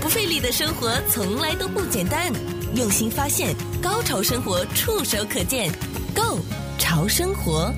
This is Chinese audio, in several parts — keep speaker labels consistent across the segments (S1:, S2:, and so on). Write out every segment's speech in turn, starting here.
S1: 不费力的生活从来都不简单，用心发现，高潮生活触手可见，Go 潮生活。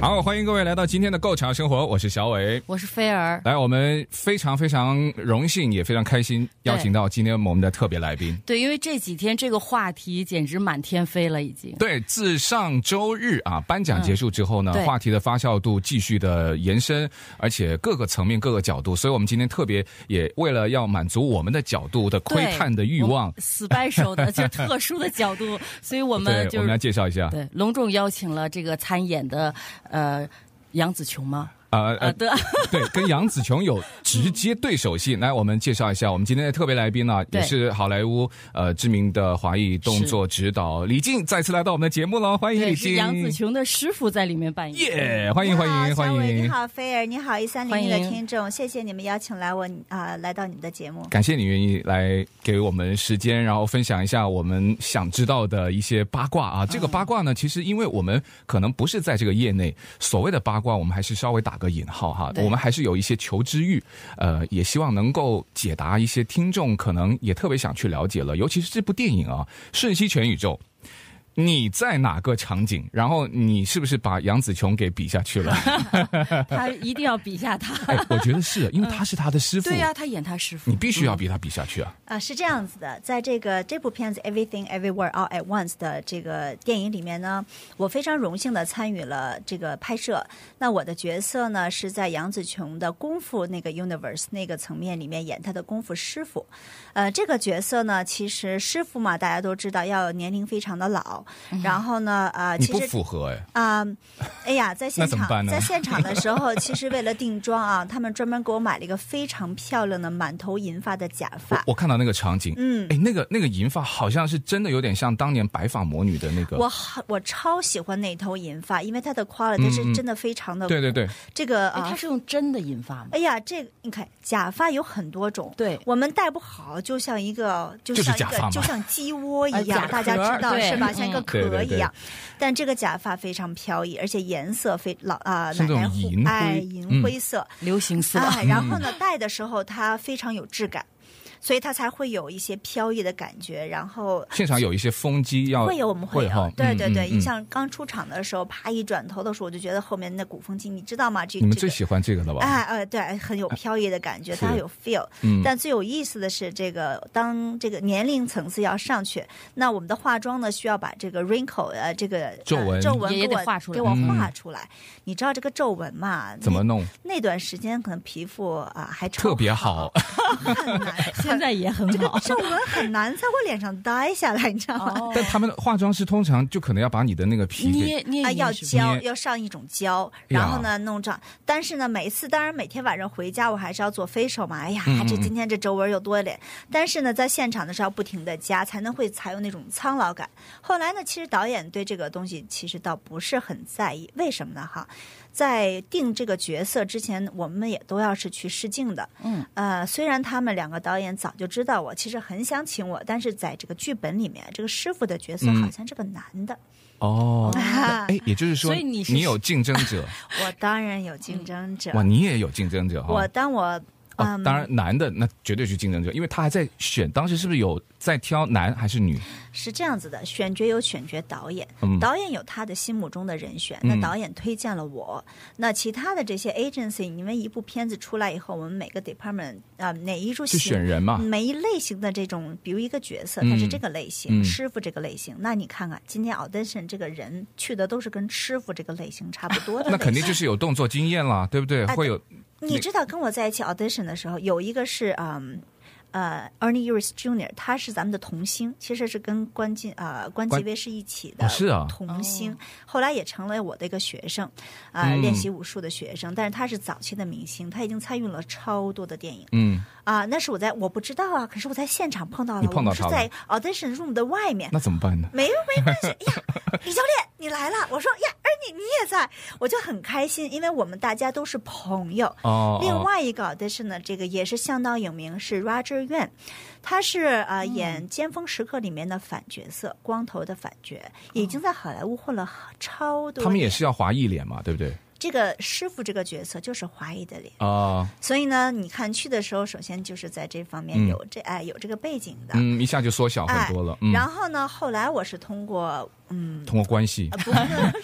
S2: 好，欢迎各位来到今天的《够强生活》，我是小伟。
S3: 我是菲儿。
S2: 来，我们非常非常荣幸，也非常开心，邀请到今天我们的特别来宾。
S3: 对，因为这几天这个话题简直满天飞了，已经。
S2: 对，自上周日啊，颁奖结束之后呢，
S3: 嗯对
S2: 话题的发酵度继续的延伸，而且各个层面、各个角度，所以我们今天特别也为了要满足我们的角度的窥
S3: 对
S2: 探的欲望，
S3: ，special 的就是特殊的角度，所以我
S2: 对
S3: 们，
S2: 我
S3: 就
S2: 们来
S3: 是
S2: 介绍一下。
S3: 对隆重邀请了这个参演的呃杨紫琼吗？
S2: 呃
S3: 啊，
S2: 呃，
S3: 对，
S2: 对，跟杨紫琼有直
S3: 嗯
S2: 接对手戏。来，我们介绍一下我们今天的特别来宾呢、啊也
S3: 对
S2: 是好莱坞呃知名的华裔动作指导李静，再次来到我们的节目了，欢迎
S3: 对，
S2: 李
S3: 是
S2: 静。
S3: 杨紫琼的师傅在里面扮演。
S2: 耶欢迎欢迎欢
S4: 你好小伟你
S2: 迎！
S4: 好，菲儿，你好，一三
S3: 欢
S4: 零
S3: 迎
S4: 一的听众，谢谢你们邀请来我啊、来到你们的节目。
S2: 感谢你愿意来给我们时间，然后分享一下我们想知道的一些八卦
S3: 嗯
S2: 啊。这个八卦呢，其实因为我们可能不是在这个业内，所谓的八卦，我们还是稍微打个引号哈。
S3: 对
S2: 我们还是有一些求知欲，呃，也希望能够解答一些听众可能也特别想去了解了，尤其是这部电影啊，《瞬息全宇宙》。你在哪个场景？然后你是不是把杨紫琼给比下去 了？
S3: 他一定要比一下他。
S2: 哎，我觉得是因为他是他的师傅，
S3: 对呀、他演他师傅。
S2: 你必须要比他比下去啊！
S4: 啊、是这样子的，在这个这部片子《Everything Everywhere All at Once》的这个电影里面呢，我非常荣幸的参与了这个拍摄。那我的角色呢是在杨紫琼的功夫那个 universe 那个层面里面演她的功夫师傅。呃，这个角色呢，其实师傅嘛，大家都知道要年龄非常的老，然后呢，啊，
S2: 嗯
S3: 嗯
S2: 你
S4: 其
S2: 不
S4: 实
S2: 符合哎。
S4: 啊、哎呀，在 现
S2: 那怎么办
S4: 场
S2: 呢
S4: 在现场的 时候，其实为了定妆啊，他们专门给我买了一个非常漂亮的满头银发的假
S2: 我
S4: 发。
S2: 我看到那个场景，
S4: 嗯
S2: 哎，那个那个银发好像是真的有点像当年白发魔女的那个，
S4: 我好，我超喜欢那头银发，因为它的
S2: 嗯
S4: quality
S2: 嗯
S4: 是真的非常的、
S2: 对对对，
S4: 这个
S3: 哎，他
S4: 啊，
S3: 是用真的引发吗？
S4: 哎呀，这个你看假发有很多种，
S3: 对
S4: 我们戴不好，就像一个就
S2: 就是
S4: 像一
S2: 假发嘛
S4: 个就像 鸡窝一
S3: 呃假
S4: 样，大家知
S3: 壳
S4: 道
S3: 儿
S4: 是吧？
S3: 对
S4: 像一个
S3: 嗯
S2: 对对
S4: 壳
S2: 对
S4: 一样，但这个假发非常飘逸，而且颜色非老啊、
S2: 是
S4: 奶
S2: 那种银灰
S4: 奶红哎
S2: 嗯
S4: 银灰色。
S3: 流行色。
S4: 哎，然后呢，戴的时候它非常有质感，所以它才会有一些飘逸的感觉。然后
S2: 现场有一些风机要
S4: 会有我们
S2: 哦会
S4: 有，
S2: 哈
S4: 对对对，
S2: 嗯嗯嗯
S4: 你像刚出场的时候，啪一转头的时候，我就觉得后面那鼓风机，你知道吗？这
S2: 你们
S4: 这
S2: 最
S4: 个。
S2: 喜欢这个了吧？
S4: 哎呃，对，很有飘逸的感觉，
S2: 是
S4: 它很有 feel。
S2: 嗯
S4: 但最有意思的是，这个当这个年龄层次要上去，那我们的化妆呢，需要把这个 wrinkle 呃这个呃
S2: 皱纹
S4: 皱纹
S3: 也也
S4: 给
S3: 得
S4: 我
S3: 画出来
S4: 给我
S2: 嗯
S4: 画出来。你知道这个皱纹嘛？
S2: 怎么
S4: 那
S2: 弄？
S4: 那段时间可能皮肤啊、还超
S2: 特别好，
S4: 哦很难，
S3: 现在也很好。
S4: 皱纹很难在我脸上待下来，你知道吗？
S3: 哦
S2: 但他们的化妆师通常就可能要把你的那个皮给
S3: 捏捏
S4: 啊，
S3: 一
S4: 要
S3: 下
S4: 胶，
S2: 捏
S4: 要上一种胶，然后呢弄上。但是呢，每次当然每天晚上回家我还是要做 facial 嘛。哎呀
S2: 嗯嗯，
S4: 这
S2: 嗯
S4: 今天这皱纹又多了点。但是呢，在现场的时候要不停的加，才能会才有那种苍老感。后来呢，其实导演对这个东西其实倒不是很在意，为什么呢？哈。在定这个角色之前，我们也都要是去试镜的。
S3: 嗯，
S4: 呃，虽然他们两个导演早就知道我，其实很想请我，但是在这个剧本里面，这个师傅的角色
S2: 嗯
S4: 好像是个男的。
S2: 哦。
S4: 啊
S2: 哎，也就是说，
S3: 所以你是
S2: 有竞争 者
S4: 我当然有竞争者。
S2: 哇，你也有竞争者哈
S4: 我。当我
S2: 哦，
S4: 嗯，
S2: 当然男的那绝对是竞争者，因为他还在选，当时是不是有在挑男还是女？
S4: 是这样子的，选角有选角导演，
S2: 嗯
S4: 导演有他的心目中的人选，
S2: 嗯
S4: 那导演推荐了我，那其他的这些 agency，因为一部片子出来以后，我们每个 department 啊、哪一种
S2: 是选人嘛？
S4: 每一类型的这种，比如一个角色，
S2: 嗯
S4: 他是这个类型，
S2: 嗯
S4: 师傅这个类型。那你看看今天 audition 这个人去的都是跟师傅这个类型差不多的类型。
S2: 那肯定就是有动作经验啦，对不对？
S4: 哎
S2: 会有
S4: 你知道跟我在一起 audition 的时候，有一个是嗯。呃，Ernie Uris Jr. 他是咱们的童星，其实是跟关进啊、关
S2: 关
S4: 继威是一起的，
S2: 哦是啊
S4: 童星，后来也成了我的一个学生，啊、
S2: 嗯
S4: 练习武术的学生，但是他是早期的明星，他已经参与了超多的电影，
S2: 嗯，
S4: 啊、那是我在我不知道啊，可是我在现场碰到了，
S2: 你碰到
S4: 我们是
S2: 他了
S4: 在 audition room 的外面，
S2: 那怎么办呢？
S4: 没 没关系呀，李教练你来了，我说呀，而你你也在，我就很开心，因为我们大家都是朋友。
S2: 哦，
S4: 另外一个 audition 呢，这个也是相当有名，是 Roger Yuan，他是呃演《尖峰时刻》里面的反角色，光头的反角，已经在好莱坞混了超多。
S2: 哦他们也，是要华裔脸嘛，对不对？
S4: 这个师傅这个角色就是华裔的脸，
S2: 啊、
S4: 所以呢，你看去的时候，首先就是在这方
S2: 嗯
S4: 面有这哎有这个背景的。
S2: 嗯，一下就缩小很多了，嗯，
S4: 然后呢，后来我是通过嗯。
S2: 通过关系，
S4: 不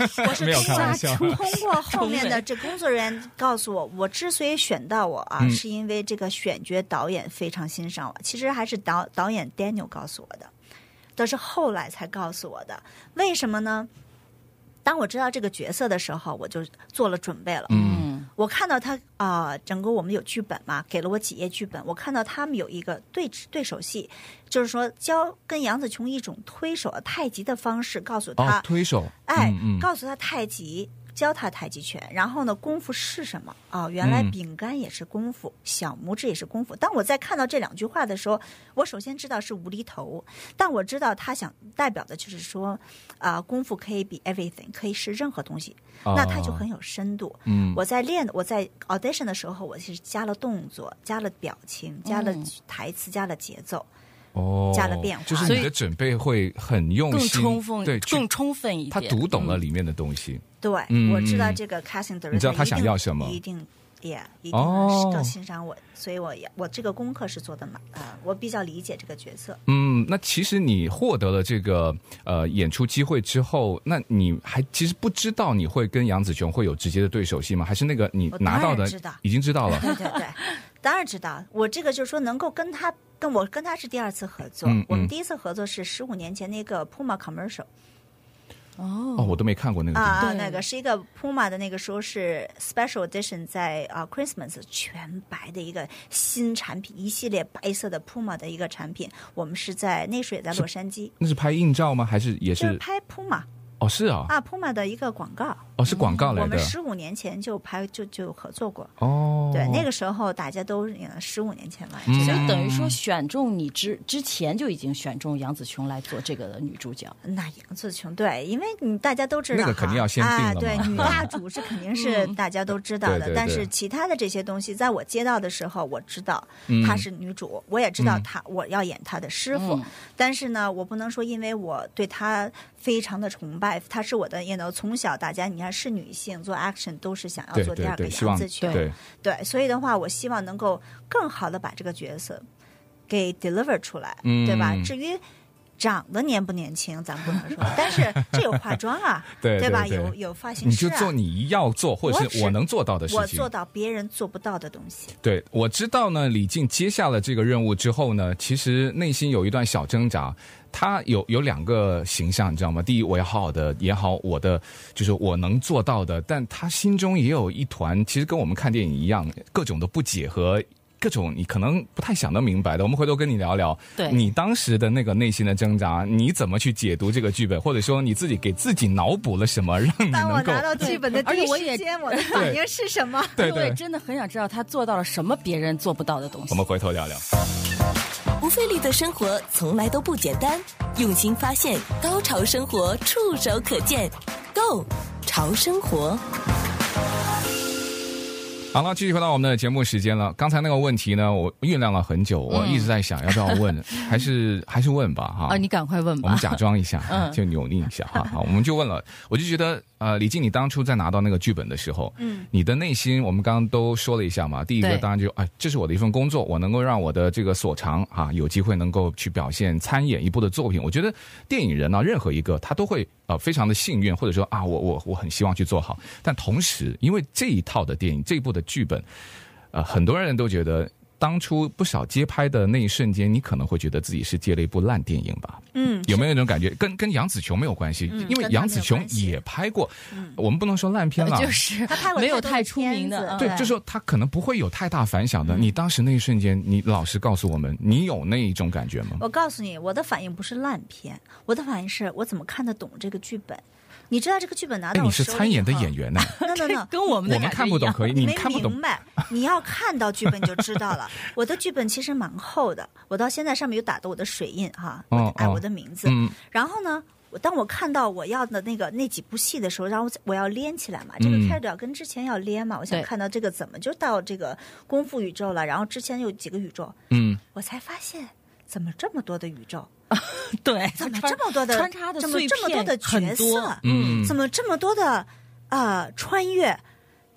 S4: 是，我是
S2: 没有开玩笑
S4: 通过通过后面的这工作人员告诉我，我之所以选到我啊，
S2: 嗯
S4: 是因为这个选角导演非常欣赏我。其实还是导导演 Daniel 告诉我的，都是后来才告诉我的。为什么呢？当我知道这个角色的时候，我就做了准备了。
S3: 嗯，
S4: 我看到他啊、呃整个我们有剧本嘛，给了我几页剧本。我看到他们有一个对对手戏，就是说教跟杨紫琼一种推手太极的方式，告诉呃他，
S2: 哦，推手，
S4: 哎，
S2: 嗯嗯，
S4: 告诉他太极，教他太极拳，然后呢，功夫是什么啊、原来
S2: 嗯
S4: 饼干也是功夫，小拇指也是功夫。当我在看到这两句话的时候，我首先知道是无厘头，但我知道他想代表的就是说，啊、功夫可以比 everything，可以是任何东西，那他就
S2: 哦
S4: 很有深度。
S2: 嗯，
S4: 我在练，我在 audition 的时候，我是加了动作，加了表情，加了
S3: 嗯
S4: 台词，加了节奏。
S2: 哦，
S4: 加了变化
S2: 就是
S3: 所
S2: 你
S3: 以
S2: 的准备会很用
S3: 更
S2: 心，
S3: 充分，
S2: 对，去
S3: 更充分一点。
S2: 他读懂了里面的东西，
S4: 对，
S2: 嗯
S4: 我知道
S2: 嗯
S4: 这个 casting director，
S2: 你知道他想
S4: 一定
S2: 要什么
S4: 一定也一
S2: 哦
S4: 定是更欣赏我，所以我也我这个功课是做的蛮呃，我比较理解这个角色。
S2: 嗯，那其实你获得了这个呃演出机会之后，那你还其实不知道你会跟杨紫琼会有直接的对手戏吗？还是那个你
S4: 我当
S2: 拿到
S4: 然
S2: 的
S4: 知道
S2: 已经知道了？
S4: 对对 对，当然知道，我这个就是说能够跟他跟我跟他是第二次合作，
S2: 嗯嗯
S4: 我们第一次合作是十五年前那个 Puma commercial
S2: 哦，
S3: 哦，
S2: 我都没看过那个电影。
S4: 啊、
S3: 对
S4: 那个是一个 Puma 的那个时候是 special edition 在啊、Christmas 全白的一个新产品，一系列白色的 Puma 的一个产品，我们是在那时候也在洛杉矶，
S2: 那是拍硬照吗？还是也
S4: 就是
S2: 是？
S4: 拍 Puma。
S2: 哦，是啊，
S4: 啊，Puma 的一个广告，
S2: 哦，是广告
S4: 嗯我
S2: 来的。
S4: 们十五年前就拍就就合作过。
S2: 哦，
S4: 对，那个时候大家都十五年前嘛，
S2: 嗯
S4: 就
S3: 所以等于说选中你之之前就已经选中杨紫琼来做这个的女主角。
S4: 那杨紫琼对，因为你大家都知
S2: 嗯
S4: 道
S2: 那
S4: 哈，
S2: 个肯定要先定
S4: 啊，
S2: 了
S4: 对
S2: 嘛，
S4: 女大主是肯定是大家都知道
S2: 对对
S4: 的
S2: 对，
S4: 但是其他的这些东西，在我接到的时候，我知道
S2: 嗯
S4: 她是女主，我也知道她我要演她的师傅
S3: 嗯，
S4: 但是呢，我不能说因为我对她非常的崇拜，她是我的，也能从小大家你看是女性做 action 都是想要
S2: 对
S4: 做第
S2: 对
S4: 二个
S2: 对，希
S4: 杨
S2: 望
S4: 紫琼，
S2: 对，
S4: 对，所以的话，我希望能够更好的把这个角色给 deliver 出来，
S2: 嗯
S4: 对吧？至于长得年不年轻，咱不能说，但是这有化妆啊，
S2: 对
S4: 吧？
S2: 对对
S4: 有有发型
S2: 你
S4: 师
S2: 就
S4: 啊，
S2: 做你要做或者
S4: 我
S2: 是
S4: 只
S2: 我能做到的事
S4: 我
S2: 情
S4: 做。到别人做不到的东西。
S2: 对，我知道呢。李静接下了这个任务之后呢，其实内心有一段小挣扎。他有有两个形象，你知道吗？第一，我要好好的演好我的，就是我能做到的。但他心中也有一团，其实跟我们看电影一样，各种的不解和各种你可能不太想得明白的。我们回头跟你聊聊，
S3: 对
S2: 你当时的那个内心的挣扎，你怎么去解读这个剧本，或者说你自己给自己脑补了什么，让你
S4: 当我
S2: 能够
S4: 拿到剧本的
S3: 对
S4: 第一
S3: 而且我也
S4: 时间，我的反应是 什么？
S2: 对
S3: 我也
S2: 对。
S3: 真的很想知道她做到了什么别人做不到的东西
S2: 我。们回头聊聊。
S1: 不费力的生活从来都不简单，用心发现，高潮生活触手可见 g o 潮生活，
S2: 好了，继续回到我们的节目时间了。刚才那个问题呢，我酝酿了很久，我一直在想要不要问，还是还是问吧哈。
S3: 啊，你赶快问
S2: 我们
S3: 吧。嗯
S2: 假装一下，就扭捏一下 哈。好，我们就问了，我就觉得呃，李静，你当初在拿到那个剧本的时候，嗯，你的内心，我们刚刚都说了一下嘛。第一个
S3: 对
S2: 当然就哎，这是我的一份工作，我能够让我的这个所长啊，有机会能够去表现、参演一部的作品。我觉得电影人呢、啊任何一个他都会呃非常的幸运，或者说啊，我我我很希望去做好。但同时，因为这一套的电影，这一部的剧本，呃，很多人都觉得当初不少街拍的那一瞬间，你可能会觉得自己是接了一部烂电影吧？
S4: 嗯，
S2: 有没有那种感觉？跟跟杨紫琼没有关系，因为
S3: 跟她
S2: 杨
S3: 没
S2: 紫
S3: 有
S2: 琼
S3: 关系
S2: 也拍过，
S4: 嗯
S2: 我们不能说烂片了，
S4: 呃
S3: 就是
S4: 他拍过
S3: 没有
S4: 太多
S3: 太
S4: 的
S3: 出名
S4: 片子
S3: 的，嗯
S2: 对，就说他可能不会有太大反响的。
S4: 嗯
S2: 你当时那一瞬间，你老实告诉我们，你有那一种感觉吗？
S4: 我告诉你，我的反应不是烂片，我的反应是我怎么看得懂这个剧本。你知道这个剧本拿
S2: 哎，
S4: 到
S2: 你
S4: 我
S2: 是
S4: 手里以后，
S2: 参演的演员呢，
S4: no, no, no,
S3: 跟我
S2: 我
S3: 们的
S2: 们
S3: 感觉
S2: 看不
S3: 一
S2: 懂
S3: 样
S2: 可以，
S4: 你
S2: 你
S4: 没
S2: 看不懂
S4: 明，白，你要看到剧本就知道了。我的剧本其实蛮厚的，我到现在上面有打的我的水印哈，我
S2: 哦
S4: 哎
S2: 哦
S4: 我的名字。
S2: 嗯
S4: 然后呢，我当我看到我要的那个那几部戏的时候，然后我要连起来嘛，这个
S2: 嗯
S4: title 要跟之前要连嘛，我想
S3: 对
S4: 看到这个怎么就到这个功夫宇宙了，然后之前有几个宇宙，
S2: 嗯，
S4: 我才发现怎么这么多的宇宙。
S3: 对，
S4: 怎么
S3: 穿
S4: 这么多的
S3: 穿插的
S4: 怎么
S3: 碎片
S4: 这么多的角
S3: 很多
S4: 色？
S2: 嗯
S4: 怎么这么多的呃穿越？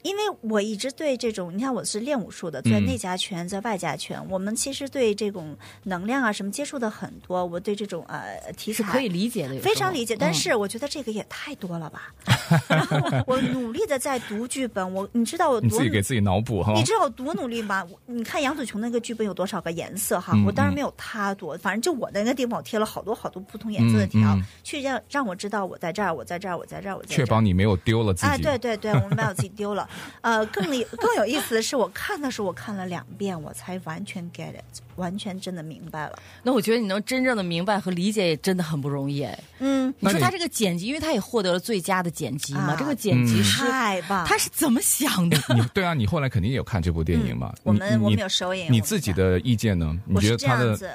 S4: 因为我一直对这种，你看我是练武术的，在
S2: 嗯
S4: 内家拳，在外家拳，我们其实对这种能量啊什么接触的很多，我对这种呃题
S3: 是
S4: 材
S3: 可以啊理解的，有时候嗯
S4: 非常理解，但是
S2: 嗯
S4: 我觉得这个也太多了吧。 然后我努力的在读剧本，我你知道我
S2: 你
S4: 多
S2: 自己给自己脑补哈
S4: 你。知道我多努力吗？我你看杨紫琼那个剧本有多少个颜色哈？
S2: 嗯
S4: 我当然没有她多，反正就我那个地方，我贴了好多好多不同颜色的条，
S2: 嗯嗯
S4: 去让让我知道我在这儿，我在这儿，我在这儿，我在这儿。
S2: 确保你没有丢了自
S4: 啊，
S2: 己。
S4: 对对对，我们把我自己 丢了。呃，更有更有意思的是，我看的时候我看了两遍，我才完全 get it，完全真的明白了。
S3: 那我觉得你能真正的明白和理解也真的很不容易。哎，
S4: 嗯，
S2: 那
S3: 你说
S2: 你
S3: 他这个剪辑，因为他也获得了最佳的剪辑嘛，
S4: 啊
S3: 这个剪
S2: 嗯
S3: 辑师、
S4: 太棒！
S3: 他是怎么想的？
S2: 你对啊，你后来肯定也有看这部电影嘛？
S4: 嗯我
S2: 你
S4: 们我
S2: 你
S4: 们有首映，我
S2: 你
S4: 们
S2: 自己
S4: 看
S2: 的意见呢？你
S4: 我
S2: 觉
S4: 是
S2: 得
S4: 这
S2: 他
S4: 样
S2: 的
S4: 子，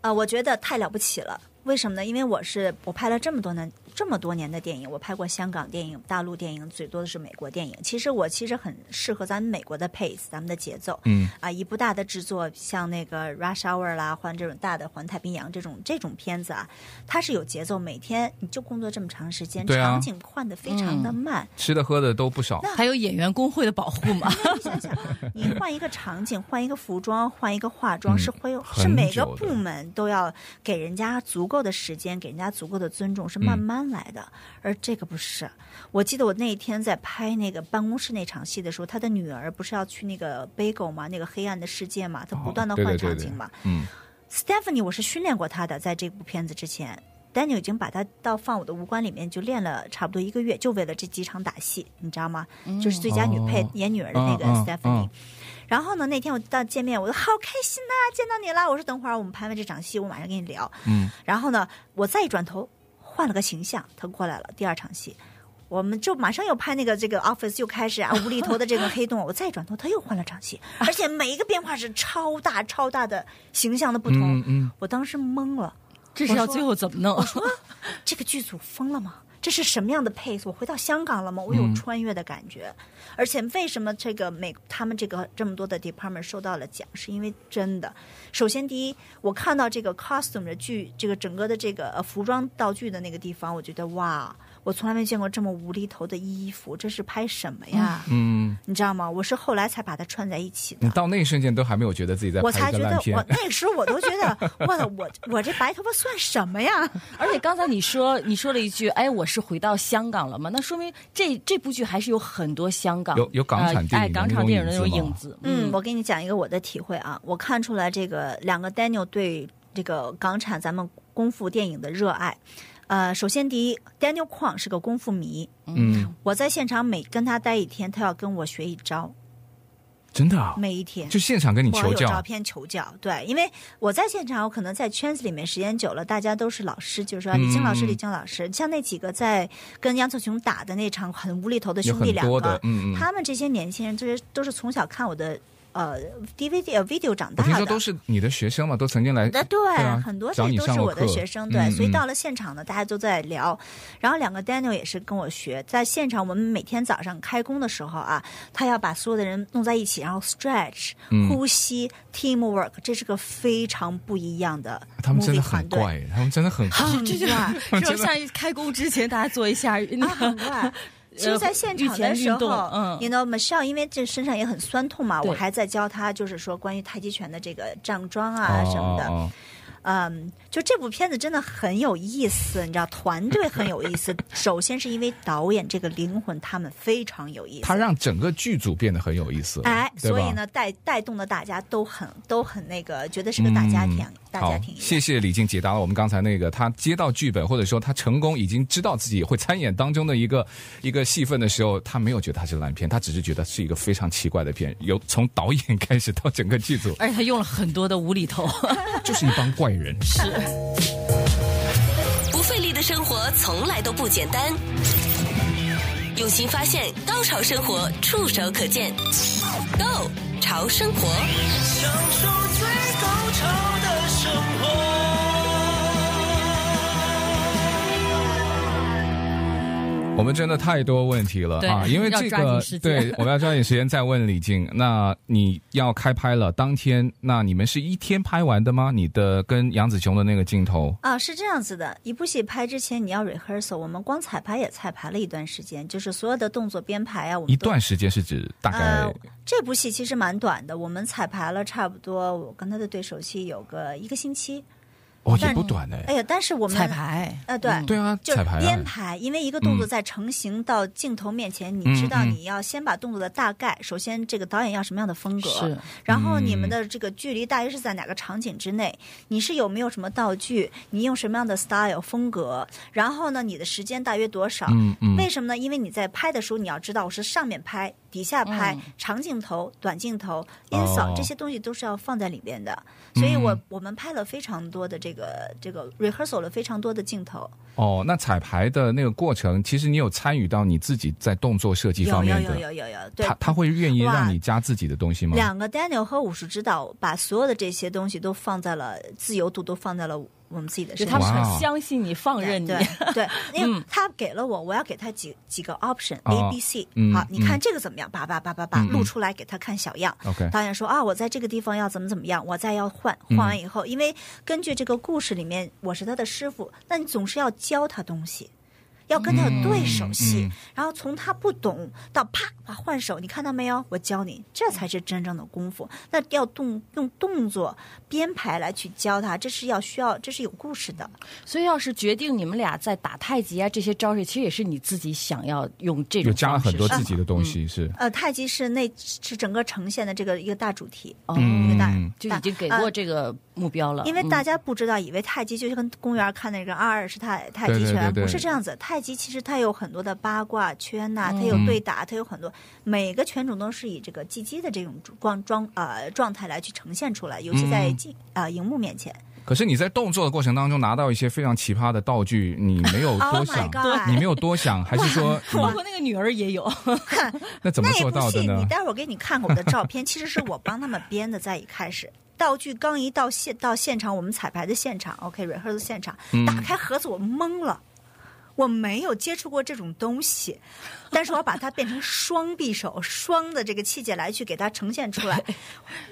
S4: 呃，我觉得太了不起了。为什么呢？因为我是我拍了这么多年这么多年的电影，我拍过香港电影、大陆电影，最多的是美国电影。其实我其实很适合咱们美国的 pace，咱们的节奏。
S2: 嗯
S4: 啊、一部大的制作，像那个《Rush Hour》啦，环这种大的《环太平洋》这种这种片子啊，它是有节奏，每天你就工作这么长时间，
S2: 对啊嗯
S4: 场景换的非常的慢。
S2: 吃的喝的都不少，
S3: 还有演员工会的保护嘛？
S4: 你想想，你换一个场景，换一个服装，换一个化妆，
S2: 嗯
S4: 是会有
S2: 很
S4: 是每
S2: 久
S4: 个
S2: 的
S4: 部门都要给人家足够的时间，给人家足够的尊重，是
S2: 嗯
S4: 慢慢来的。而这个不是。我记得我那一天在拍那个办公室那场戏的时候，他的女儿不是要去那个 Bagel 嘛，那个黑暗的世界嘛，他不断的
S2: 哦对对
S4: 换
S2: 对
S4: 场
S2: 对
S4: 景嘛。
S2: 嗯
S4: Stephanie，我是训练过她的，在这部片子之前，Daniel 已经把她到放我的无关里面就练了差不多一个月，就为了这几场打戏，你知道吗？就是最佳女配、
S2: 哦
S4: 演女儿的那个
S2: 嗯嗯
S4: Stephanie。
S2: 嗯
S4: 然后呢，那天我到见面，我都好开心呐、见到你啦！我说等会儿我们拍完这场戏，我马上跟你聊。
S2: 嗯，
S4: 然后呢，我再一转头，换了个形象，他过来了。第二场戏，我们就马上又拍那个这个 Office 又 开始啊，无厘头的这个黑洞。我再一转头，他又换了场戏，而且每一个变化是超大超大的形象的不同。
S2: 嗯嗯
S4: 我当时懵了，
S3: 这是要最后怎么弄？
S4: 这个剧组疯了吗？这是什么样的 pace？我回到香港了吗？我有
S2: 嗯
S4: 穿越的感觉，而且为什么这个美他们这个这么多的 department 受到了奖，是因为真的。首先，第一，我看到这个 costume 的剧，这个整个的这个呃服装道具的那个地方，我觉得哇，我从来没见过这么无厘头的衣服，这是拍什么呀？
S2: 嗯，
S4: 你知道吗？我是后来才把它串在一起的
S2: 你。到那一瞬间都还没有觉得自己在
S4: 我
S2: 拍
S4: 才
S2: 一
S4: 觉
S2: 个
S4: 得
S2: 烂，片
S4: 我，那个时候我都觉得， 哇，我我这白头发算什么呀？
S3: 而且刚才你说你说了一句，哎，我是回到香港了吗？那说明这这部剧还是有很多香港
S2: 有有港产
S3: 呃
S2: 电
S3: 哎
S2: 影的
S3: 港
S2: 那
S3: 产
S2: 种
S3: 电影的那种
S2: 影
S3: 影
S2: 子
S3: 子。
S4: 嗯，我给你讲一个我的体会啊，我看出来这个两个 Daniel 对这个港产咱们功夫电影的热爱。呃，首先第一，Daniel Kwang 是个功夫迷，
S2: 嗯，
S4: 我在现场每跟他待一天，他要跟我学一招，
S2: 真的啊，
S4: 每一天。
S2: 就现场跟你
S4: 我
S2: 求
S4: 有照
S2: 教，
S4: 片求教，对，因为我在现场，我可能在圈子里面时间久了，大家都是老师，就是说李菁老师、
S2: 嗯
S4: 李菁老师，像那几个在跟杨紫琼打的那场很无厘头的
S2: 有
S4: 兄弟
S2: 很
S4: 两
S2: 多
S4: 个
S2: 的，，嗯嗯。
S4: 他们这些年轻人，这些都是从小看我的呃 DVD 呃 video 长
S2: 我
S4: 大
S2: 听
S4: 的呃
S2: 说。都是你的学生嘛，都曾经来
S4: 那对，
S2: 啊
S4: 很多这
S2: 找你
S4: 都
S2: 上
S4: 是
S2: 过
S4: 我的
S2: 课
S4: 学生，对，
S2: 嗯
S4: 所以
S2: 嗯
S4: 到了现场呢，大家都在聊。然后两个 Daniel 也是跟我学，在现场我们每天早上开工的时候啊，他要把所有的人弄在一起，然后 stretch、
S2: 嗯
S4: 呼吸、teamwork，这是个非常不一样的
S2: 他们真的
S4: movie
S2: 很
S4: 团队
S2: 怪，他们真的很
S4: 很
S3: 这就
S4: 怪。
S3: 是像开工之前，大家做一下那
S4: 啊，
S3: 个
S4: 很怪。其实，在现场的时
S3: 呃御前运
S4: 候
S3: 动，嗯
S4: 你 know Michelle，因为这身上也很酸痛嘛，
S3: 对，
S4: 我还在教他，就是说关于太极拳的这个站桩啊
S2: 哦
S4: 什么的。
S2: 哦哦
S4: 嗯，就这部片子真的很有意思，你知道，团队很有意思。首先是因为导演这个灵魂，他们非常有意思。
S2: 他让整个剧组变得很有意思了，
S4: 哎，
S2: 对吧
S4: 所以呢，带带动的大家都很都很那个，觉得是个大家庭，大
S2: 嗯好，
S4: 家庭。
S2: 谢谢李静解答了我们刚才那个，他接到剧本或者说他成功已经知道自己会参演当中的一个一个戏份的时候，他没有觉得他是烂片，他只是觉得是一个非常奇怪的片，由从导演开始到整个剧组
S3: 而且他用了很多的无厘头。
S4: 嗯
S2: 就是一帮怪人。是，
S1: 不费力的生活从来都不简单，用心发现，高潮生活触手可见 Go 潮生活，
S5: 享受最高潮的生活。
S2: 我们真的太多问题了
S3: 对
S2: 啊！因为这
S3: 要抓紧
S2: 个
S3: 时间
S2: 对， 我们要抓紧时间再问李静。那你要开拍了，当天那你们是一天拍完的吗？你的跟杨紫琼的那个镜头，
S4: 啊，是这样子的，一部戏拍之前你要 rehearsal，我们光彩排也彩排了一段时间，就是所有的动作编排啊，我们
S2: 一
S4: 都
S2: 段时间是指大概哦
S4: 呃，这部戏其实蛮短的，我们彩排了差不多，我跟他的对手戏有个一个星期。
S2: 哦，
S4: 但
S2: 也不短呢。
S4: 哎呀，但是我们
S3: 彩，排，
S4: 呃，对。
S2: 对啊，
S4: 就
S2: 彩排啊
S4: 编排，因为一个动作
S2: 嗯
S4: 在成型到镜头面前，
S2: 嗯
S4: 你知道
S2: 嗯
S4: 你要先把动作的大概，首先这个导演要什么样的风格，
S3: 是
S4: 然后你
S2: 嗯
S4: 们的这个距离大约是在哪个场景之内？你是有没有什么道具？你用什么样的 style 风格？然后呢，你的时间大约多少？
S2: 嗯嗯
S4: 为什么呢？因为你在拍的时候，你要知道我是上面拍、底下拍、长镜头、短镜头、音扫、
S2: 嗯哦嗯
S4: 这些东西都是要放在里面的。所以我我们拍了非常多的这个这个 rehearsal 了非常多的镜头。
S2: 哦，那彩排的那个过程，其实你有参与到你自己在动作设计方
S4: 有有
S2: 面
S4: 有
S2: 的，
S4: 有有有，对
S2: 他，他会愿意
S4: 哇
S2: 让你加自己的东西吗？
S4: 两个 Daniel 和武术指导把所有的这些东西都放在了自由度，都放在了我们自己的
S3: 就
S4: 身
S3: 他
S4: 上
S3: 们。
S2: 哇哦
S3: 很相信你，放任你。嗯
S4: 对对，因为他给了我，我要给他几几个 option
S2: 哦
S4: A B C，
S2: 嗯
S4: 好，你
S2: 嗯
S4: 看这个怎么样？叭叭叭叭叭，录出来给他看小样。
S2: OK
S4: 导演说啊，我在这个地方要怎么怎么样，我再要换，换完以后，因为根据这个故事里面，我是他的师傅，那你总是要教他东西。要跟他有对手戏，然后从他不懂到啪啪换手，你看到没有？我教你，这才是真正的功夫。那要动用动作编排来去教他，这是要需要，这是有故事的。
S3: 所以要是决定你们俩在打太极啊这些招式，其实也是你自己想要用这种
S2: 有加了
S3: 方
S2: 很
S3: 式
S2: 多
S3: 是吗
S2: 自己的东西，是
S4: 呃，太极是那是整个呈现的这个一个大主题，
S3: 哦
S4: 一个大
S3: 就
S4: 大
S3: 已经给
S4: 呃
S3: 过这个目标了。
S4: 因为
S3: 嗯
S4: 大家不知道，以为太极就跟公园看那个二二式太太极
S2: 对对
S4: 拳，
S2: 对对
S4: 不是这样子。太极其实它有很多的八卦圈呐、它
S2: 嗯
S4: 有对打，它有很多每个拳种都是以这个击击的这种状状呃状态来去呈现出来，尤其
S2: 嗯
S4: 在镜啊、呃荧幕面前。
S2: 可是你在动作的过程当中拿到一些非常奇葩的道具，你没有
S4: Oh
S2: 多
S4: my
S2: 想，
S4: God
S2: 你没有多想，还是说
S3: 包括那个女儿也有，
S2: 那怎么
S4: 那一
S2: 做
S4: 部
S2: 到的
S4: 戏，
S2: 呢
S4: 你？待会儿给你看看我的照片，其实是我帮他们编的，在一开始。道具刚一到现到现场，我们彩排的现场，OK rehearsal 现场，
S2: 嗯
S4: 打开盒子我懵了，我没有接触过这种东西，但是我把它变成双匕首、双的这个器械来去给它呈现出 来。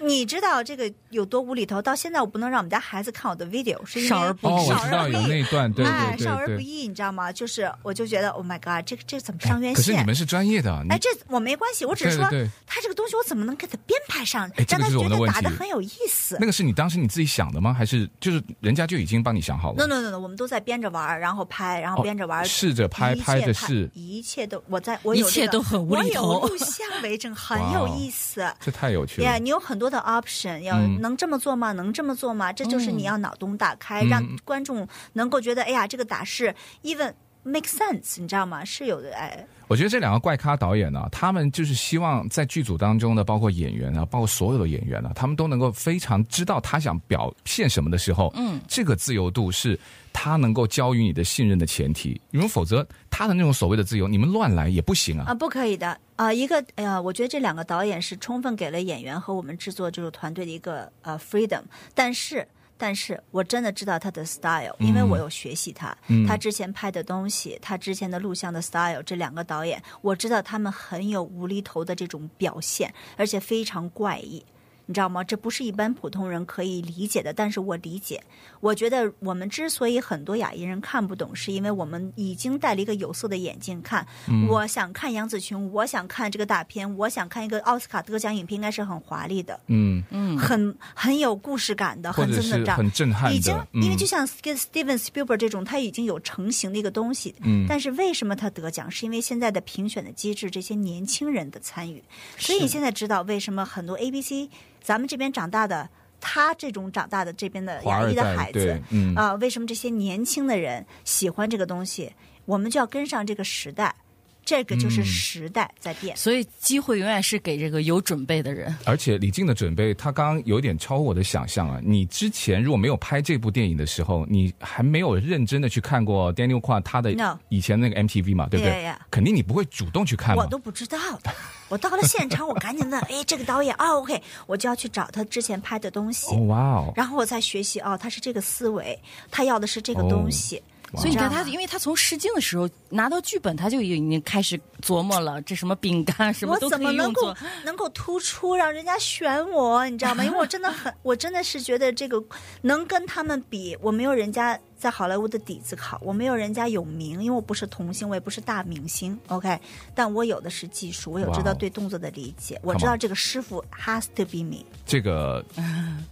S4: 你知道这个有多无厘头？到现在我不能让我们家孩子看我的 video，是因为
S3: 少儿不
S2: 哦，
S3: 少
S2: 我知道有那段，对
S4: 哎，
S2: 对
S4: 少儿
S2: 对
S4: 不
S2: 对。
S4: 宜，你知道吗？就是我就觉得 Oh my God，这个这个怎么上院线？
S2: 可是你们是专业的，你
S4: 哎，这我没关系，我只是
S2: 对
S4: 说
S2: 对对
S4: 他这个东西我怎么能给他编排上，
S2: 哎这个就
S4: 让他
S2: 是我
S4: 觉
S2: 们的
S4: 得
S2: 问
S4: 打的
S2: 题
S4: 很有意思
S2: 那。个是你当时你自己想的吗？还是就是人家就已经帮你想好
S4: no
S2: 了？
S4: no no no，我们都在编着玩儿，然后拍，然后
S2: 哦
S4: 编着玩儿，
S2: 试着拍
S4: 一切
S2: 拍着试
S4: 一切都我在我有、这个、
S3: 一切都很无厘头
S4: 我有录像为证，很
S2: 哇
S4: 有
S2: 哦
S4: 意思。
S2: 这太有趣
S4: 呀
S2: 了。
S4: 你有很多的 option，要
S2: 嗯哦
S4: 能这么做吗？能这么做吗？这就是你要脑洞大开，
S2: 嗯
S4: 让观众能够觉得，哎呀，这个打是 even make sense，你知道吗？是有的，哎，
S2: 我觉得这两个怪咖导演呢、他们就是希望在剧组当中的，包括演员啊，包括所有的演员呢、他们都能够非常知道他想表现什么的时候，嗯，这个自由度是他能够交予你的信任的前提，因为否则他的那种所谓的自由，你们乱来也不行啊。
S4: 啊，不可以的啊、一个，哎、呀，我觉得这两个导演是充分给了演员和我们制作这个团队的一个呃 freedom，但是。但是我真的知道他的 style，因为我有学习他，他之前拍的东西，他之前的录像的 style，这两个导演，我知道他们很有无厘头的这种表现，而且非常怪异。你知道吗？这不是一般普通人可以理解的，但是我理解。我觉得我们之所以很多亚裔人看不懂，是因为我们已经戴了一个有色的眼镜看。我想看杨紫琼，我想看这个大片，我想看一个奥斯卡得奖影片，应该是很华丽的，
S2: 嗯，
S4: 很很有故事感的，
S2: 或
S4: 很
S2: 者
S4: 怎么怎
S2: 是
S4: 么着。
S2: 很震撼
S4: 已经
S2: 的，，嗯
S4: 因为就像 Ske- Steven Spielberg 这种，他已经有成型的一个东西。嗯，但是为什么他得奖？是因为现在的评选的机制，这些年轻人的参与。所以你现在知道为什么很多 A、B、C，咱们这边长大的，他这种长大的这边的
S2: 华
S4: 亚
S2: 二
S4: 裔的
S2: 代
S4: 孩子
S2: 对，嗯
S4: 啊、为什么这些年轻的人喜欢这个东西？我们就要跟上这个时代，这个
S2: 嗯
S4: 就是时代在 变。
S3: 所以机会永远是给这个有准备的人。
S2: 而且李静的准备，他刚刚有点超乎我的想象啊！你之前如果没有拍这部电影的时候，你还没有认真的去看过 Daniel Kwan 他的
S4: No
S2: 以前那个 MTV 嘛，对不对
S4: Yeah, yeah.
S2: 肯定你不会主动去看嘛。
S4: 我都不知道的。我到了现场，我赶紧 问，哎，这个导演啊、o k 我就要去找他之前拍的东西。
S2: 哦哇哦，
S4: 然后我再学习哦，他是这个思维，他要的是这个东西。
S2: 哇
S3: 所以你看
S4: 知
S3: 他
S4: 道，吗
S3: 因为他从试镜的时候拿到剧本，他就已经开始琢磨了，这什么饼干什么
S4: 我
S3: 都
S4: 怎
S3: 可
S4: 么
S3: 以
S4: 能
S3: 用
S4: 够
S3: 作。
S4: 能够突出让人家选我，你知道吗？因为我真的很，我真的是觉得这个能跟他们比，我没有人家在好莱坞的底子好，我没有人家有名，因为我不是童星，我也不是大明星，OK，但我有的是技术，我有
S2: 哇哦
S4: 知道对动作的理解，我
S2: Come
S4: 知道
S2: on
S4: 这个师傅 has to be me。
S2: 这 个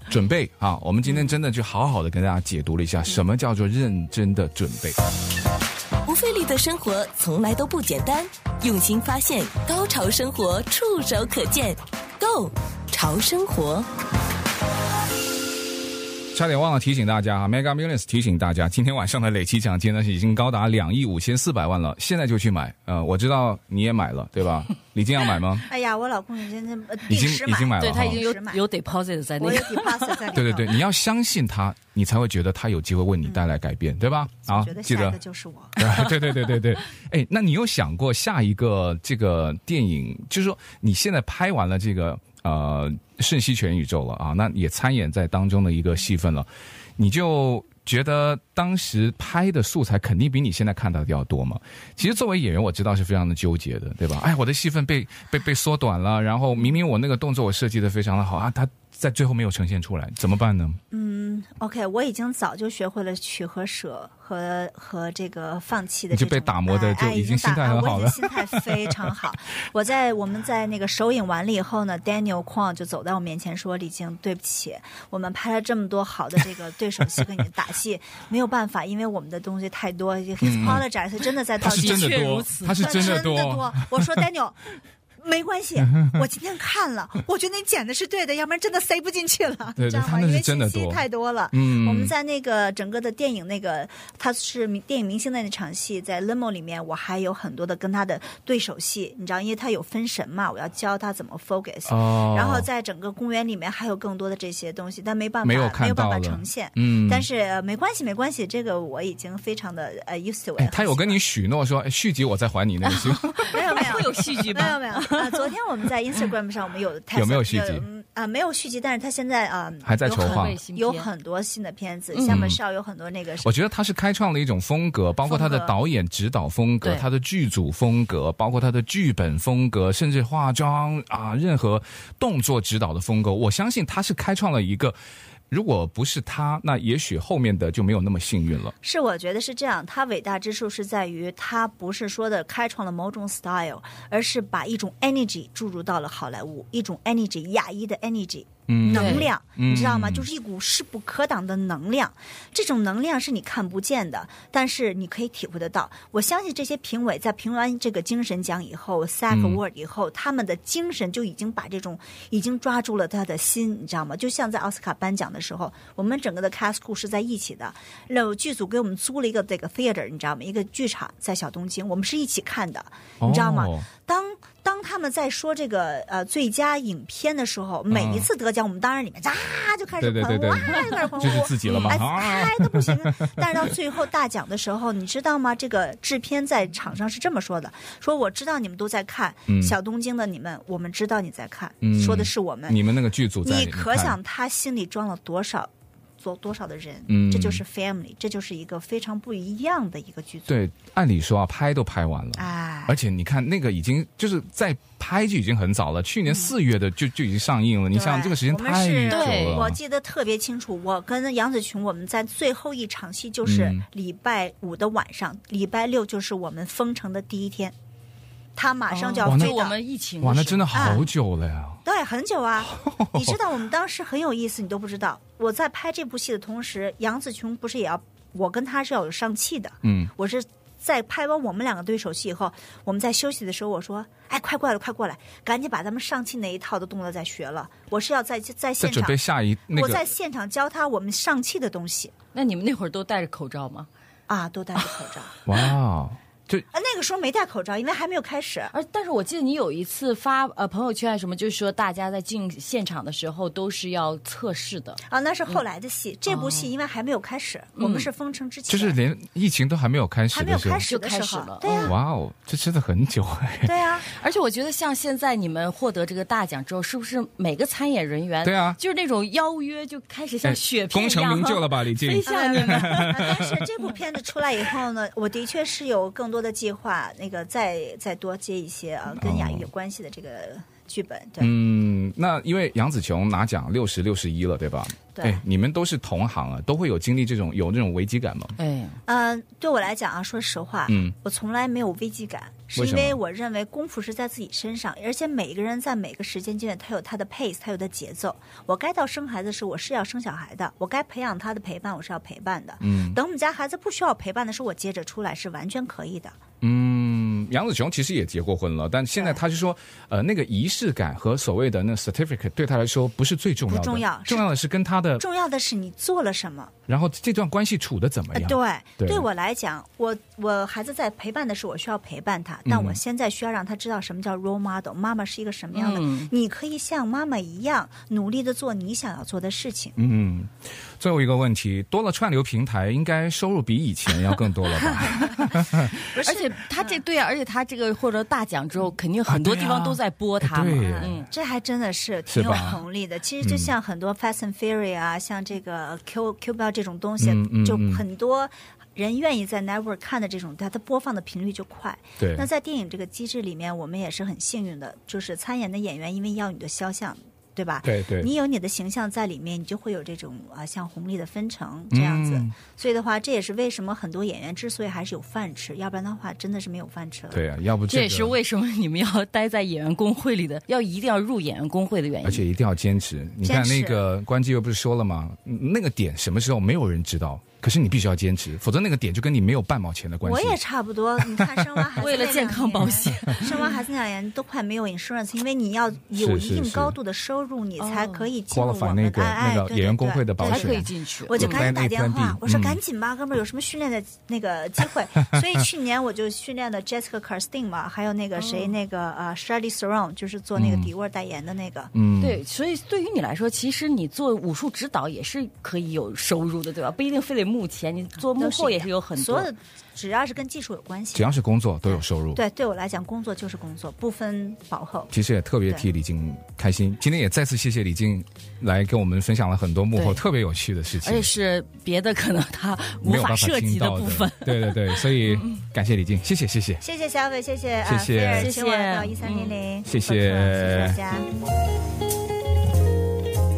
S2: 准备啊，我们今天真的就好好的跟大家解读了一下什么叫做认真的准备。
S1: 不费力的生活从来都不简单，用心发现，高潮生活触手可见 g o 潮生活。
S2: 差点忘了提醒大家啊，Mega Millions 提醒大家，今天晚上的累计奖金呢是已经高达两亿五千四百万了，现在就去买。呃，我知道你也买了，对 吧？李静要买吗？
S4: 哎呀，我老公已经呃
S2: 已
S4: 定
S2: 经
S4: 时
S2: 已经买了
S3: 对
S2: 哈
S3: 他已经有
S4: 是吗
S3: 有 deposit 在那
S4: 我有
S3: 个。
S4: deposit 在里头。
S2: 对对 对，你要相信他，你才会觉得他有机会为你带来改变，对吧？啊
S4: 嗯觉得，
S2: 记
S4: 下一个
S2: 得，
S4: 就是我。
S2: 对对对对对。哎，那你有想过下一个这个电影？就是说你现在拍完了这个呃《瞬息全宇宙》了啊，那也参演在当中的一个戏份了，你就。觉得当时拍的素材肯定比你现在看到的要多嘛？其实作为演员，我知道是非常的纠结的，对吧？哎，我的戏份被被被缩短了，然后明明我那个动作我设计的非常的好啊，他在最后没有呈现出来，怎么办呢？
S4: OK，我已经早就学会了取和舍和和这个放弃的
S2: 你
S4: 这
S2: 就
S4: 种，
S2: 被打磨得
S4: 哎
S2: 就
S4: 哎
S2: 已经
S4: 打
S2: 心态很好
S4: 我已
S2: 了
S4: 经心态非常 好。我在我们在那个首映完了以后呢，Daniel Kwan 就走到我面前说：“李静，对不起，我们拍了这么多好的这个对手戏和你的打戏，没有办法，因为我们的东西太多。His apologize，真的在
S2: 嗯他
S4: 道
S2: 是
S4: 歉
S2: 真。的
S3: 的确
S2: 多
S3: 如，此
S2: 啊他是
S4: 那
S2: 真的
S4: 多。
S2: 多。
S4: 我 说 Daniel，没关系，我今天看了，我觉得你剪的是对的，要不然真的塞不进去了，
S2: 对
S4: 你知道
S2: 他那
S4: 吗？因
S2: 是
S4: 为
S2: 真
S4: 信
S2: 的
S4: 息
S2: 多
S4: 太多了。
S2: 嗯
S4: 我们在那个整个的电影那个他是明电影明星的那场戏，在 Limo 里面，我还有很多的跟他的对手戏，你知道，因为他有分神嘛，我要教他怎么 focus，、
S2: 哦
S4: 然后在整个公园里面还有更多的这些东西，但没办法，
S2: 没
S4: 没
S2: 有看
S4: 办
S2: 到
S4: 法
S2: 了
S4: 呈现。
S2: 嗯
S4: 但是、呃没关系，没关系，这个我已经非常的呃 used to it
S2: 哎
S4: 了。，
S2: 他有跟你许诺说哎续集我再还你那个 行吗？
S4: 没有没有
S3: 会有戏 剧
S4: 没
S3: 吗？
S4: 有没有，啊，昨天我们在 Instagram 上我们有 test-
S2: 有没有续集
S4: 嗯啊？没有续集，但是他现在啊
S2: 还在
S4: 有
S2: 筹
S4: 很
S2: 划嗯
S3: 备新片
S4: 有很多新的片子，像本少有很多那个
S2: 我觉得他是开创了一种风格，包括他的
S4: 风格
S2: 导演指导风格、
S3: 对
S2: 他的剧组风格，包括他的剧本风格，甚至化妆啊，任何动作指导的风格，我相信他是开创了一个。如果不是他，那也许后面的就没有那么幸运了。
S4: 是我觉得是这样，他伟大之处是在于他不是说的开创了某种 style，而是把一种 energy 注入到了好莱坞，一种 energy 亚裔的 energy。能
S2: 嗯
S4: 量，你知道吗？就是一股势不可挡的能量，这种能量是你看不见的，但是你可以体会得到。我相信这些评委在评完这个精神奖以后，SAG Award 以后，他们的精神就已经把这种已经抓住了他的心，你知道吗？就像在奥斯卡颁奖的时候，我们整个的 cast crew 是在一起的，然后剧组给我们租了一个这个 theater，你知道吗？一个剧场在小东京，我们是一起看的，你知道吗？
S2: 哦
S4: 当当他们在说这个呃最佳影片的时候，每一次得奖，我们当然里面啊就开始
S2: 嗯对对
S4: 狂
S2: 对对
S4: 呼，啊就开 始狂呼，
S2: 就是自己了嘛
S4: 哎
S2: 啊
S4: 嗨的不行。 但是到最后大奖的时候，你知道吗？这个制片在场上是这么说的：说我知道你们都在看小东京的你们，我们知道你在看，
S2: 嗯
S4: 说的是我们。
S2: 你们那个剧组在
S4: 你
S2: 里面
S4: 可
S2: 看
S4: 想他心里装了多少？多多少的人，
S2: 嗯
S4: 这就是 family，这就是一个非常不一样的一个剧组。
S2: 对，按理说啊，拍都拍完了，
S4: 哎，
S2: 而且你看那个已经就是在拍就已经很早了，去年四月的就就已经上映了。你想想这个时间
S4: 我们
S2: 太
S4: 是
S2: 久
S3: 对
S4: 嗯我
S2: 了，
S4: 记得特别清楚，我跟杨紫琼我们在最后一场戏就是
S2: 嗯
S4: 礼拜五的晚上，礼拜六就是我们封城的第一天，他马上就要
S2: 哇那
S4: 飞
S3: 哦就
S4: 到。
S3: 我们疫情
S2: 哇，那
S3: 时候
S2: 真的
S4: 嗯
S2: 好久了呀！
S4: 对，很久 啊！你知道我们当时很有意思，你都不知道。我在拍这部戏的同时，杨紫琼不是也要，我跟她是要有上气的。
S2: 嗯，
S4: 我是在拍完我们两个对手戏以后，我们在休息的时候，我说：“哎，快过来，快过来，赶紧把咱们上气那一套的动作再学了。”我是要在在
S2: 在
S4: 现
S2: 准
S4: 场
S2: 备，下一那
S4: 我在
S2: 个
S4: 现场教她我们上气的东西
S3: 那你们那会儿都戴着口罩吗？
S4: 啊，都戴着口 罩。啊，
S2: 哇，就
S4: 那个时候没戴口罩，因为还没有开始。
S3: 而但是我记得你有一次发呃朋友圈还是什么，就是说大家在进现场的时候都是要测试的，
S4: 啊，那是
S2: 嗯
S4: 后来的戏，这部戏因为还没有开始，我们是封城之前，
S2: 哦就是连疫情都还没有开始
S4: 还没有
S2: 的时候
S4: 开，始的
S3: 就
S4: 时
S3: 开始
S4: 候，
S3: 了
S4: 对呀、
S2: 哇哦，这真的很久哎。
S4: 对呀、
S3: 而且我觉得像现在你们获得这个大奖之后，是不是每个参演人员
S2: 对啊
S3: 就是那种邀约就开始像
S2: 哎
S3: 雪片
S2: 功
S3: 一
S2: 成
S3: 样
S2: 名就了吧，李
S3: 飞
S2: 静？
S3: 向你们？
S4: 啊但是这部片子出来以后呢， 我的确是有更多的计划，那个再再多接一些啊
S2: 哦
S4: 跟雅玉有关系的这个剧本。对，
S2: 嗯，那因为杨紫琼拿奖六十六十一了，对吧？
S4: 对
S2: 哎，你们都是同行啊，都会有经历这种有这种危机感吗？
S3: 哎，
S4: 嗯、对我来讲啊，说实话，
S2: 嗯，
S4: 我从来没有危机感，是
S2: 为什
S4: 因
S2: 么
S4: 为我认为功夫是在自己身上，而且每个人在每个时间阶段，他有他的 pace，他有他的节奏。我该到生孩子时，我是要生小孩的；我该培养他的陪伴，我是要陪伴的。嗯，等我们家孩子不需要陪伴的时候，我接着出来是完全可以的。
S2: 嗯，杨紫琼其实也结过婚了，但现在
S4: 对
S2: 她就说，呃，那个仪式感和所谓的那 certificate 对她来说不是最重要的，
S4: 不重要是
S2: 重要的是跟她的，
S4: 重要的是你做了什么。
S2: 然后这段关系处的怎么
S4: 呃
S2: 样？对
S4: 对，我来讲，我我孩子在陪伴的时候，我需要陪伴他，但
S2: 嗯
S4: 我现在需要让他知道什么叫 role model，妈妈是一个什么样的。
S3: 嗯
S4: 你可以像妈妈一样努力的做你想要做的事情。
S2: 嗯，最后一个问题，多了串流平台，应该收入比以前要更多了 吧？
S3: 而且他
S4: 嗯
S3: 这对啊，而且他这个获得大奖之后，肯定很多地方都在播他嘛，
S2: 啊 对啊哎对
S3: 嗯，
S4: 这还真的是挺有
S2: 是吧嗯
S4: 红利的。其实就像很多 Fast and Fury 啊，像这个 Q Q 标这种东西，
S2: 嗯嗯
S4: 就
S2: 嗯
S4: 很多人愿意在 Network 看的这种，它它播放的频率就快。
S2: 对
S4: 那在电影这个机制里面，我们也是很幸运的，就是参演的演员因为要你的肖像，对吧？
S2: 对对
S4: 你有你的形象在里面，你就会有这种啊、像红利的分成这样子。
S2: 嗯
S4: 所以的话，这也是为什么很多演员之所以还是有饭吃，要不然的话真的是没有饭吃了。
S2: 对啊，要不
S3: 这
S2: 个
S3: 也是为什么你们要待在演员工会里的，要一定要入演员工会的原因。
S2: 而且一定要坚持。你看那个关机又不是说了吗？嗯那个点什么时候没有人知道，可是你必须要坚持，否则那个点就跟你没有半毛钱的关
S4: 我
S2: 系。
S4: 也差不多，你看生完孩 子
S3: 为了
S4: 那
S3: 健
S4: 两
S3: 康保
S4: 年
S3: 险，
S4: 生完孩子那两年都快没有 insurance，因为你要有
S2: 是是
S4: 一定
S2: 是
S4: 高度的收入，你才可以进入
S2: qualify
S4: 我
S2: 那
S4: 们
S2: 个
S4: 的哎哎
S2: 那个
S4: 对
S2: 演员
S4: 对
S2: 工会
S4: 对
S2: 的保
S3: 才
S2: 险
S3: 可以进去。
S4: 我就赶紧
S2: Plan A,
S4: 打电
S2: Plan B，
S4: 话，我说
S2: 嗯
S4: 赶紧吧，哥们儿，有什么训练的那个机 会？所以去年我就训练了 Jessica Chastain 嘛，还有那个
S3: 哦
S4: 谁，那个呃 Shirley Theron，就是做那个迪沃代言的那个。
S2: 嗯，
S3: 对，所以对于你来说，其实你做武术指导也是可以有收入的，对吧？不一定非得幕前，你做幕
S4: 都是
S3: 后
S4: 一
S3: 也
S4: 样
S3: 是有很多。
S4: 所有的，只要是跟技术有关
S2: 只
S4: 系。
S2: 要是工作都有收入。
S4: 对，对我来讲，工作就是工作，不分薄厚。
S2: 其实也特别替李静开心。今天也再次谢谢李静来跟我们分享了很多幕后
S3: 对
S2: 特别有趣的事
S3: 而
S2: 情
S3: 且，是别的可能他无
S2: 没有
S3: 法
S2: 办法
S3: 涉及
S2: 听
S3: 的
S2: 到
S3: 部
S2: 的
S3: 分。。 嗯
S2: 对对对，所以感谢李静，谢谢谢谢。
S4: 谢谢小伟，谢谢
S2: 谢
S4: 啊，
S2: 谢
S4: 菲尔
S3: 谢
S4: 请我
S3: 谢
S4: 到一三零零，
S2: 谢谢
S4: 不错谢谢大家。